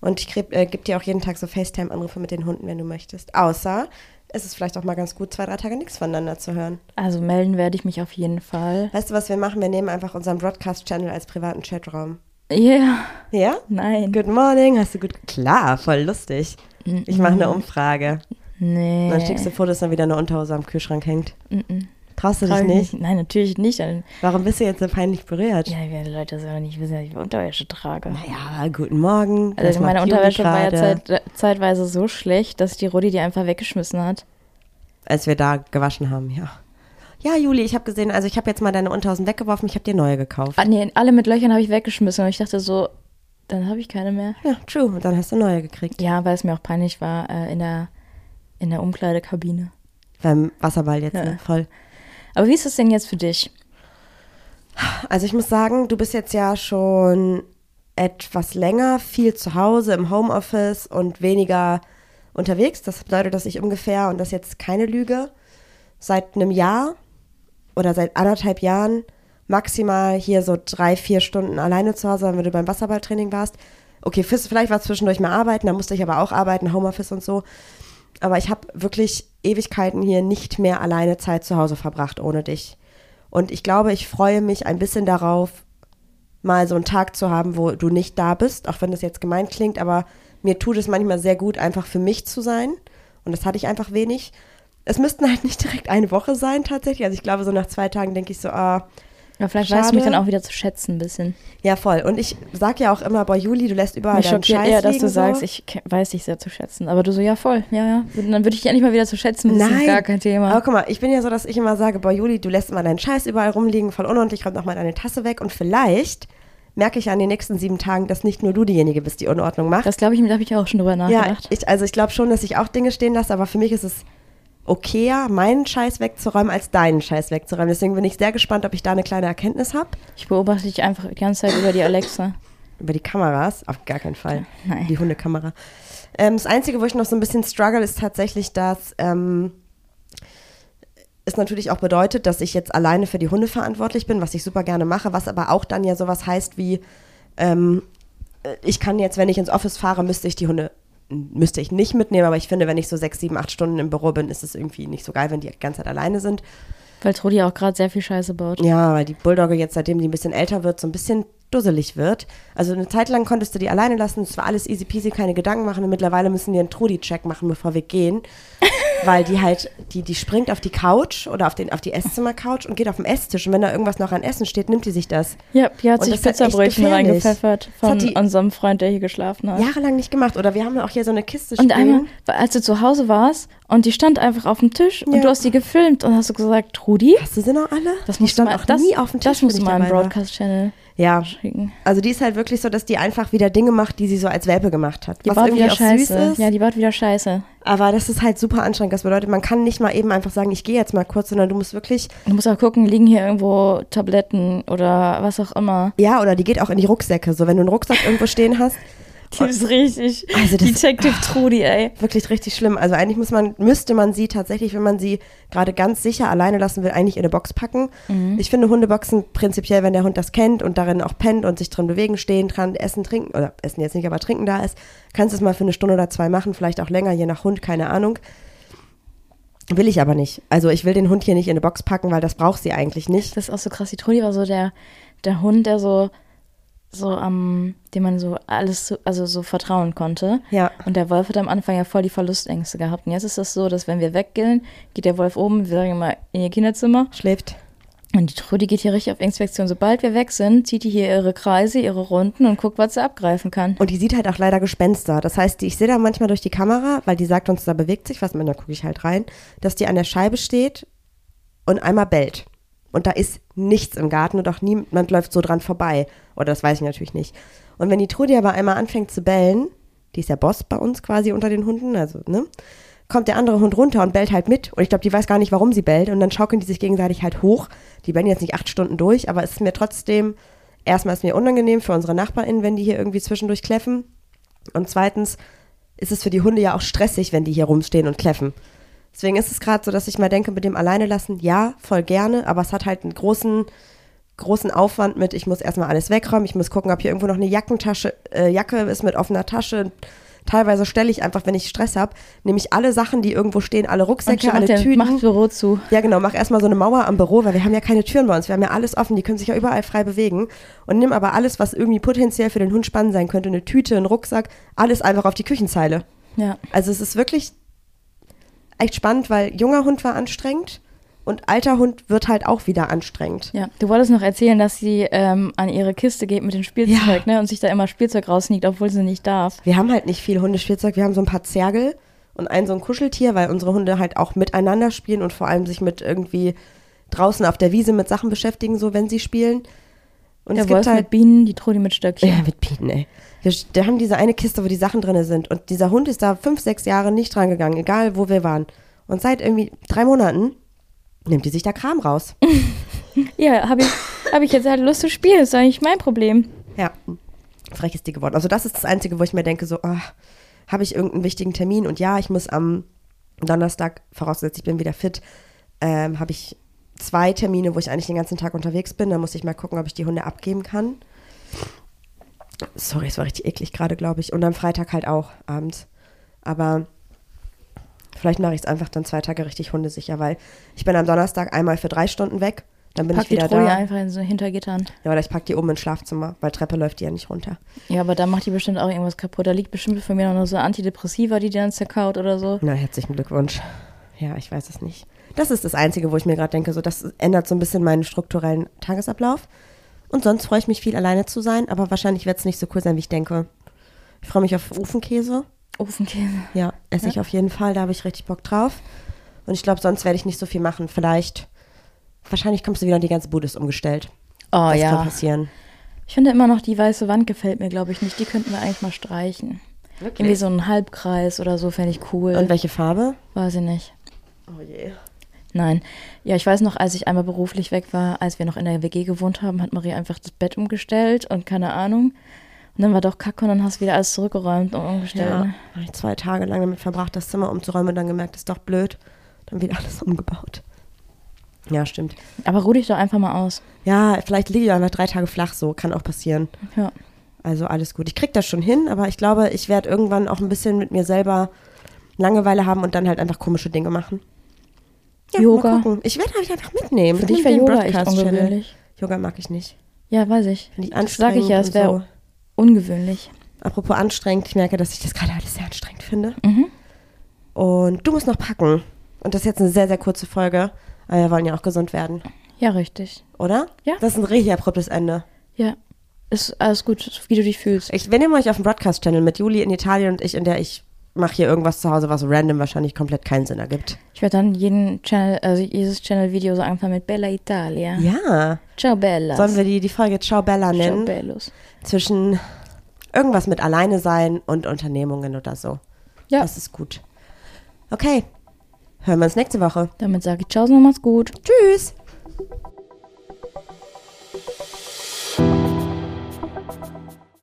[SPEAKER 2] Und ich krieg, äh, gebe dir auch jeden Tag so FaceTime-Anrufe mit den Hunden, wenn du möchtest. Außer ist es vielleicht auch mal ganz gut, zwei, drei Tage nichts voneinander zu hören.
[SPEAKER 1] Also melden werde ich mich auf jeden Fall.
[SPEAKER 2] Weißt du, was wir machen? Wir nehmen einfach unseren Broadcast-Channel als privaten Chatraum.
[SPEAKER 1] Ja,
[SPEAKER 2] Ja?
[SPEAKER 1] nein.
[SPEAKER 2] Good morning, hast du gut. Klar, voll lustig. Ich mache eine Umfrage.
[SPEAKER 1] Nee.
[SPEAKER 2] Dann schickst du Fotos, dann wieder eine Unterhose am Kühlschrank hängt.
[SPEAKER 1] Mhm.
[SPEAKER 2] Traust du
[SPEAKER 1] Trau
[SPEAKER 2] dich
[SPEAKER 1] ich
[SPEAKER 2] nicht?
[SPEAKER 1] Nein, natürlich nicht. Dann-
[SPEAKER 2] Warum bist du jetzt so peinlich berührt?
[SPEAKER 1] Ja, die Leute das ja nicht wissen, dass ich Unterwäsche trage.
[SPEAKER 2] Ja, aber guten Morgen. das
[SPEAKER 1] Also
[SPEAKER 2] macht
[SPEAKER 1] meine
[SPEAKER 2] Judy
[SPEAKER 1] Unterwäsche war ja
[SPEAKER 2] gerade.
[SPEAKER 1] zeit, äh, zeitweise so schlecht, dass die Rudi die einfach weggeschmissen hat.
[SPEAKER 2] Als wir da gewaschen haben, ja. Ja, Juli, ich habe gesehen, also ich habe jetzt mal deine Unterhosen weggeworfen, ich habe dir neue gekauft.
[SPEAKER 1] Ah, nee, alle mit Löchern habe ich weggeschmissen und ich dachte so, dann habe ich keine mehr.
[SPEAKER 2] Ja, true. Und dann hast du neue gekriegt.
[SPEAKER 1] Ja, weil es mir auch peinlich war äh, in, der, in der Umkleidekabine.
[SPEAKER 2] Beim Wasserball jetzt,
[SPEAKER 1] Ja.
[SPEAKER 2] ne? Voll.
[SPEAKER 1] Aber wie ist es denn jetzt für dich?
[SPEAKER 2] Also ich muss sagen, du bist jetzt ja schon etwas länger, viel zu Hause im Homeoffice und weniger unterwegs. Das bedeutet, dass ich ungefähr, und das ist jetzt keine Lüge, seit einem Jahr oder seit anderthalb Jahren maximal hier so drei, vier Stunden alleine zu Hause, war, wenn du beim Wasserballtraining warst. Okay, fürs- vielleicht war zwischendurch mal arbeiten, da musste ich aber auch arbeiten, Homeoffice und so. Aber ich habe wirklich Ewigkeiten hier nicht mehr alleine Zeit zu Hause verbracht ohne dich. Und ich glaube, ich freue mich ein bisschen darauf, mal so einen Tag zu haben, wo du nicht da bist, auch wenn das jetzt gemein klingt, aber mir tut es manchmal sehr gut, einfach für mich zu sein. Und das hatte ich einfach wenig. Es müssten halt nicht direkt eine Woche sein, tatsächlich. Also ich glaube, so nach zwei Tagen denke ich so, ah,
[SPEAKER 1] Ja, vielleicht weißt du mich
[SPEAKER 2] Schade.
[SPEAKER 1] dann auch wieder zu schätzen ein bisschen.
[SPEAKER 2] ja voll. Und ich sag ja auch immer, boah, Juli, du lässt überall
[SPEAKER 1] Mich
[SPEAKER 2] deinen
[SPEAKER 1] schockiert
[SPEAKER 2] Scheiß
[SPEAKER 1] eher, dass
[SPEAKER 2] liegen,
[SPEAKER 1] du sagst,
[SPEAKER 2] so.
[SPEAKER 1] ich ke- weiß dich sehr zu schätzen. Aber du so, ja voll, ja, ja. Und dann würde ich dich endlich mal wieder zu schätzen wissen. Gar kein Thema.
[SPEAKER 2] Aber guck mal, ich bin ja so, dass ich immer sage, boah, Juli, du lässt immer deinen Scheiß überall rumliegen, voll unordentlich, räum doch mal deine Tasse weg. Und vielleicht merke ich an den nächsten sieben Tagen, dass nicht nur du diejenige bist, die Unordnung macht.
[SPEAKER 1] Das glaube ich, da habe ich auch schon drüber
[SPEAKER 2] ja,
[SPEAKER 1] nachgedacht.
[SPEAKER 2] ich, also ich glaube schon, dass ich auch Dinge stehen lasse, aber für mich ist es okayer, meinen Scheiß wegzuräumen, als deinen Scheiß wegzuräumen. Deswegen bin ich sehr gespannt, ob ich da eine kleine Erkenntnis habe.
[SPEAKER 1] Ich beobachte dich einfach die ganze Zeit über die Alexa.
[SPEAKER 2] Über die Kameras, auf gar keinen Fall.
[SPEAKER 1] Nein.
[SPEAKER 2] Die Hundekamera. Ähm, das Einzige, wo ich noch so ein bisschen struggle, ist tatsächlich, dass ähm, es natürlich auch bedeutet, dass ich jetzt alleine für die Hunde verantwortlich bin, was ich super gerne mache, was aber auch dann ja sowas heißt wie, ähm, ich kann jetzt, wenn ich ins Office fahre, müsste ich die Hunde, müsste ich nicht mitnehmen, aber ich finde, wenn ich so sechs, sieben, acht Stunden im Büro bin, ist es irgendwie nicht so geil, wenn die die ganze Zeit alleine sind.
[SPEAKER 1] Weil Trudi auch gerade sehr viel Scheiße baut.
[SPEAKER 2] Ja, weil die Bulldogge jetzt, seitdem die ein bisschen älter wird, so ein bisschen dusselig wird. Also eine Zeit lang konntest du die alleine lassen, es war alles easy peasy, keine Gedanken machen. Und mittlerweile müssen die einen Trudi-Check machen, bevor wir gehen. weil die halt, die, die springt auf die Couch oder auf, den, auf die Esszimmer-Couch und geht auf den Esstisch. Und wenn da irgendwas noch an Essen steht, nimmt die sich das.
[SPEAKER 1] Ja, die hat
[SPEAKER 2] Und
[SPEAKER 1] sich
[SPEAKER 2] das ist echt
[SPEAKER 1] Pizzabrötchen
[SPEAKER 2] gefährlich.
[SPEAKER 1] reingepfeffert
[SPEAKER 2] Das
[SPEAKER 1] von
[SPEAKER 2] hat die-
[SPEAKER 1] unserem Freund, der hier geschlafen hat.
[SPEAKER 2] Jahrelang nicht gemacht. Oder wir haben auch hier so eine Kiste
[SPEAKER 1] Und
[SPEAKER 2] stehen.
[SPEAKER 1] einmal, als du zu Hause warst und die stand einfach auf dem Tisch und
[SPEAKER 2] Ja.
[SPEAKER 1] du hast die gefilmt und hast du gesagt, Trudi,
[SPEAKER 2] Hast du sie noch alle?
[SPEAKER 1] das
[SPEAKER 2] die
[SPEAKER 1] musst du
[SPEAKER 2] stand
[SPEAKER 1] mal,
[SPEAKER 2] auch
[SPEAKER 1] das,
[SPEAKER 2] nie auf dem Tisch,
[SPEAKER 1] das musst
[SPEAKER 2] wenn
[SPEAKER 1] du mal
[SPEAKER 2] ich
[SPEAKER 1] im
[SPEAKER 2] dabei war.
[SPEAKER 1] Broadcast-Channel
[SPEAKER 2] Ja,
[SPEAKER 1] schicken.
[SPEAKER 2] also die ist halt wirklich so, dass die einfach wieder Dinge macht, die sie so als Welpe gemacht hat.
[SPEAKER 1] Die
[SPEAKER 2] was
[SPEAKER 1] baut
[SPEAKER 2] irgendwie
[SPEAKER 1] wieder
[SPEAKER 2] auch süß
[SPEAKER 1] Scheiße.
[SPEAKER 2] ist.
[SPEAKER 1] Ja, die baut wieder Scheiße.
[SPEAKER 2] Aber das ist halt super anstrengend. Das bedeutet, man kann nicht mal eben einfach sagen, ich gehe jetzt mal kurz, sondern du musst wirklich,
[SPEAKER 1] Du musst auch gucken, liegen hier irgendwo Tabletten oder was auch immer.
[SPEAKER 2] ja, oder die geht auch in die Rucksäcke. So, wenn du einen Rucksack irgendwo stehen hast,
[SPEAKER 1] Die ist richtig
[SPEAKER 2] Also das-
[SPEAKER 1] Detective Trudi, ey.
[SPEAKER 2] wirklich richtig schlimm. Also eigentlich muss man, müsste man sie tatsächlich, wenn man sie gerade ganz sicher alleine lassen will, eigentlich in eine Box packen. Ich finde Hundeboxen prinzipiell, wenn der Hund das kennt und darin auch pennt und sich drin bewegen, stehen, dran essen, trinken, oder essen jetzt nicht, aber trinken da ist, kannst du es mal für eine Stunde oder zwei machen, vielleicht auch länger, je nach Hund, keine Ahnung. Will ich aber nicht. Also ich will den Hund hier nicht in eine Box packen, weil das braucht sie eigentlich nicht.
[SPEAKER 1] Das ist auch so krass. Die Trudi war so der, der Hund, der so, so am, dem man so alles, so- also so vertrauen konnte.
[SPEAKER 2] Ja.
[SPEAKER 1] Und der Wolf hat am Anfang ja voll die Verlustängste gehabt. Und jetzt ist das so, dass wenn wir weggehen, geht der Wolf oben, wir sagen immer, in ihr Kinderzimmer.
[SPEAKER 2] Schläft.
[SPEAKER 1] Und die Trudi geht hier richtig auf Inspektion. Sobald wir weg sind, zieht die hier ihre Kreise, ihre Runden und guckt, was sie abgreifen kann.
[SPEAKER 2] Und die sieht halt auch leider Gespenster. Das heißt, die, ich sehe da manchmal durch die Kamera, weil die sagt uns, da bewegt sich was, und da gucke ich halt rein, dass die an der Scheibe steht und einmal bellt. Und da ist nichts im Garten und auch niemand läuft so dran vorbei. Oder das weiß ich natürlich nicht. Und wenn die Trudi aber einmal anfängt zu bellen, die ist ja Boss bei uns quasi unter den Hunden, also, ne? Kommt der andere Hund runter und bellt halt mit. Und ich glaube, die weiß gar nicht, warum sie bellt. Und dann schaukeln die sich gegenseitig halt hoch. Die bellen jetzt nicht acht Stunden durch, aber es ist mir trotzdem, erstmal ist mir unangenehm für unsere NachbarInnen, wenn die hier irgendwie zwischendurch kläffen. Und zweitens ist es für die Hunde ja auch stressig, wenn die hier rumstehen und kläffen. Deswegen ist es gerade so, dass ich mal denke, mit dem alleine lassen, ja, voll gerne, aber es hat halt einen großen, großen Aufwand mit, ich muss erstmal alles wegräumen, ich muss gucken, ob hier irgendwo noch eine Jackentasche, äh, Jacke ist mit offener Tasche, teilweise stelle ich einfach, wenn ich Stress habe, nehme ich alle Sachen, die irgendwo stehen, alle
[SPEAKER 1] Und
[SPEAKER 2] Rucksäcke,
[SPEAKER 1] mach
[SPEAKER 2] alle
[SPEAKER 1] den,
[SPEAKER 2] Tüten.
[SPEAKER 1] macht Büro zu.
[SPEAKER 2] Ja, genau, mach erstmal so eine Mauer am Büro, weil wir haben ja keine Türen bei uns. Wir haben ja alles offen, die können sich ja überall frei bewegen. Und nimm aber alles, was irgendwie potenziell für den Hund spannend sein könnte, eine Tüte, einen Rucksack, alles einfach auf die Küchenzeile.
[SPEAKER 1] Ja.
[SPEAKER 2] Also es ist wirklich echt spannend, weil junger Hund war anstrengend und alter Hund wird halt auch wieder anstrengend.
[SPEAKER 1] Ja, du wolltest noch erzählen, dass sie ähm, an ihre Kiste geht mit dem Spielzeug, ne? Und sich da immer Spielzeug rausniegt, obwohl sie nicht darf.
[SPEAKER 2] Wir haben halt nicht viel Hundespielzeug, wir haben so ein paar Zergel und ein so ein Kuscheltier, weil unsere Hunde halt auch miteinander spielen und vor allem sich mit irgendwie draußen auf der Wiese mit Sachen beschäftigen, so wenn sie spielen. Und
[SPEAKER 1] Der Wolf mit Bienen, die Trudi mit Stöckchen.
[SPEAKER 2] halt Ja, mit Bieten, ey. Wir sch- da haben diese eine Kiste, wo die Sachen drin sind. Und dieser Hund ist da fünf, sechs Jahre nicht dran gegangen, egal wo wir waren. Und seit irgendwie drei Monaten nimmt die sich da Kram raus.
[SPEAKER 1] Ja, habe ich, hab ich jetzt halt Lust zu spielen, ist doch nicht mein Problem.
[SPEAKER 2] ja. Frech ist die geworden. Also das ist das Einzige, wo ich mir denke, so, ah, habe ich irgendeinen wichtigen Termin? Und ja, ich muss am Donnerstag, vorausgesetzt ich bin wieder fit, ähm, habe ich zwei Termine, wo ich eigentlich den ganzen Tag unterwegs bin. Da muss ich mal gucken, ob ich die Hunde abgeben kann. Sorry, es war richtig eklig gerade, glaube ich. Und am Freitag halt auch abends. Aber vielleicht mache ich es einfach dann zwei Tage richtig hundesicher, weil ich bin am Donnerstag einmal für drei Stunden weg. Dann bin
[SPEAKER 1] Pack
[SPEAKER 2] ich
[SPEAKER 1] die
[SPEAKER 2] wieder
[SPEAKER 1] Trudi
[SPEAKER 2] da.
[SPEAKER 1] einfach in so Hintergittern.
[SPEAKER 2] Ja, oder ich pack die oben ins Schlafzimmer, weil Treppe läuft die ja nicht runter.
[SPEAKER 1] Ja, aber da macht die bestimmt auch irgendwas kaputt. Da liegt bestimmt von mir noch so Antidepressiva, die dann zerkaut oder so.
[SPEAKER 2] Na, herzlichen Glückwunsch. Ja, ich weiß es nicht. Das ist das Einzige, wo ich mir gerade denke, so das ändert so ein bisschen meinen strukturellen Tagesablauf. Und sonst freue ich mich viel alleine zu sein, aber wahrscheinlich wird es nicht so cool sein, wie ich denke. Ich freue mich auf Ofenkäse.
[SPEAKER 1] Ofenkäse.
[SPEAKER 2] Ja, esse ich auf jeden Fall, da habe ich richtig Bock drauf. Und ich glaube, sonst werde ich nicht so viel machen. Vielleicht, wahrscheinlich kommst du wieder und die ganze Bude ist umgestellt.
[SPEAKER 1] Oh
[SPEAKER 2] das kann
[SPEAKER 1] ja.
[SPEAKER 2] passieren.
[SPEAKER 1] Ich finde immer noch, die weiße Wand gefällt mir, glaube ich, nicht. Die könnten wir eigentlich mal streichen.
[SPEAKER 2] Wirklich?
[SPEAKER 1] Irgendwie so einen Halbkreis oder so fände ich cool.
[SPEAKER 2] Und welche Farbe?
[SPEAKER 1] Weiß ich nicht.
[SPEAKER 2] Oh je.
[SPEAKER 1] Nein. Ja, ich weiß noch, als ich einmal beruflich weg war, als wir noch in der WG gewohnt haben, hat Marie einfach das Bett umgestellt und keine Ahnung. Und dann war doch Kacke und dann hast du wieder alles zurückgeräumt und umgestellt.
[SPEAKER 2] Ja,
[SPEAKER 1] ne?
[SPEAKER 2] habe ich zwei Tage lang damit verbracht, das Zimmer umzuräumen und dann gemerkt, ist doch blöd. Dann wieder alles umgebaut. Ja, stimmt.
[SPEAKER 1] Aber ruh dich doch einfach mal aus.
[SPEAKER 2] Ja, vielleicht liege ich einfach drei Tage flach, so kann auch passieren.
[SPEAKER 1] Ja.
[SPEAKER 2] Also alles gut. Ich krieg das schon hin, aber ich glaube, ich werde irgendwann auch ein bisschen mit mir selber Langeweile haben und dann halt einfach komische Dinge machen. Ja, mal
[SPEAKER 1] Yoga.
[SPEAKER 2] gucken. Ich werde euch einfach mitnehmen.
[SPEAKER 1] Für dich
[SPEAKER 2] Mit
[SPEAKER 1] wäre
[SPEAKER 2] in den
[SPEAKER 1] Yoga echt
[SPEAKER 2] Broadcast-Channel.
[SPEAKER 1] ungewöhnlich.
[SPEAKER 2] Yoga mag ich nicht.
[SPEAKER 1] Ja, weiß ich.
[SPEAKER 2] Finde ich
[SPEAKER 1] Das sag
[SPEAKER 2] anstrengend
[SPEAKER 1] ich ja, es
[SPEAKER 2] und
[SPEAKER 1] wäre
[SPEAKER 2] so.
[SPEAKER 1] ungewöhnlich.
[SPEAKER 2] Apropos anstrengend, ich merke, dass ich das gerade alles sehr anstrengend finde.
[SPEAKER 1] Mhm.
[SPEAKER 2] Und du musst noch packen. Und das ist jetzt eine sehr, sehr kurze Folge. Aber wir wollen ja auch gesund werden,
[SPEAKER 1] Ja, richtig.
[SPEAKER 2] oder?
[SPEAKER 1] Ja.
[SPEAKER 2] Das ist ein richtig abruptes Ende.
[SPEAKER 1] Ja. Ist alles gut, wie du dich fühlst.
[SPEAKER 2] Ich, wir nehmen euch auf dem Broadcast-Channel mit Juli in Italien und ich, in der ich mache hier irgendwas zu Hause, was random wahrscheinlich komplett keinen Sinn ergibt.
[SPEAKER 1] Ich werde dann jeden Channel, also jedes Channel-Video so anfangen mit Bella Italia.
[SPEAKER 2] Ja.
[SPEAKER 1] Ciao Bella.
[SPEAKER 2] Sollen wir die, die Folge Ciao Bella
[SPEAKER 1] Ciao
[SPEAKER 2] nennen?
[SPEAKER 1] Bellos.
[SPEAKER 2] Zwischen irgendwas mit Alleine sein und Unternehmungen oder so.
[SPEAKER 1] Ja,
[SPEAKER 2] Das ist gut. Okay. Hören wir uns nächste Woche.
[SPEAKER 1] damit sage ich Ciao und macht's gut.
[SPEAKER 2] Tschüss.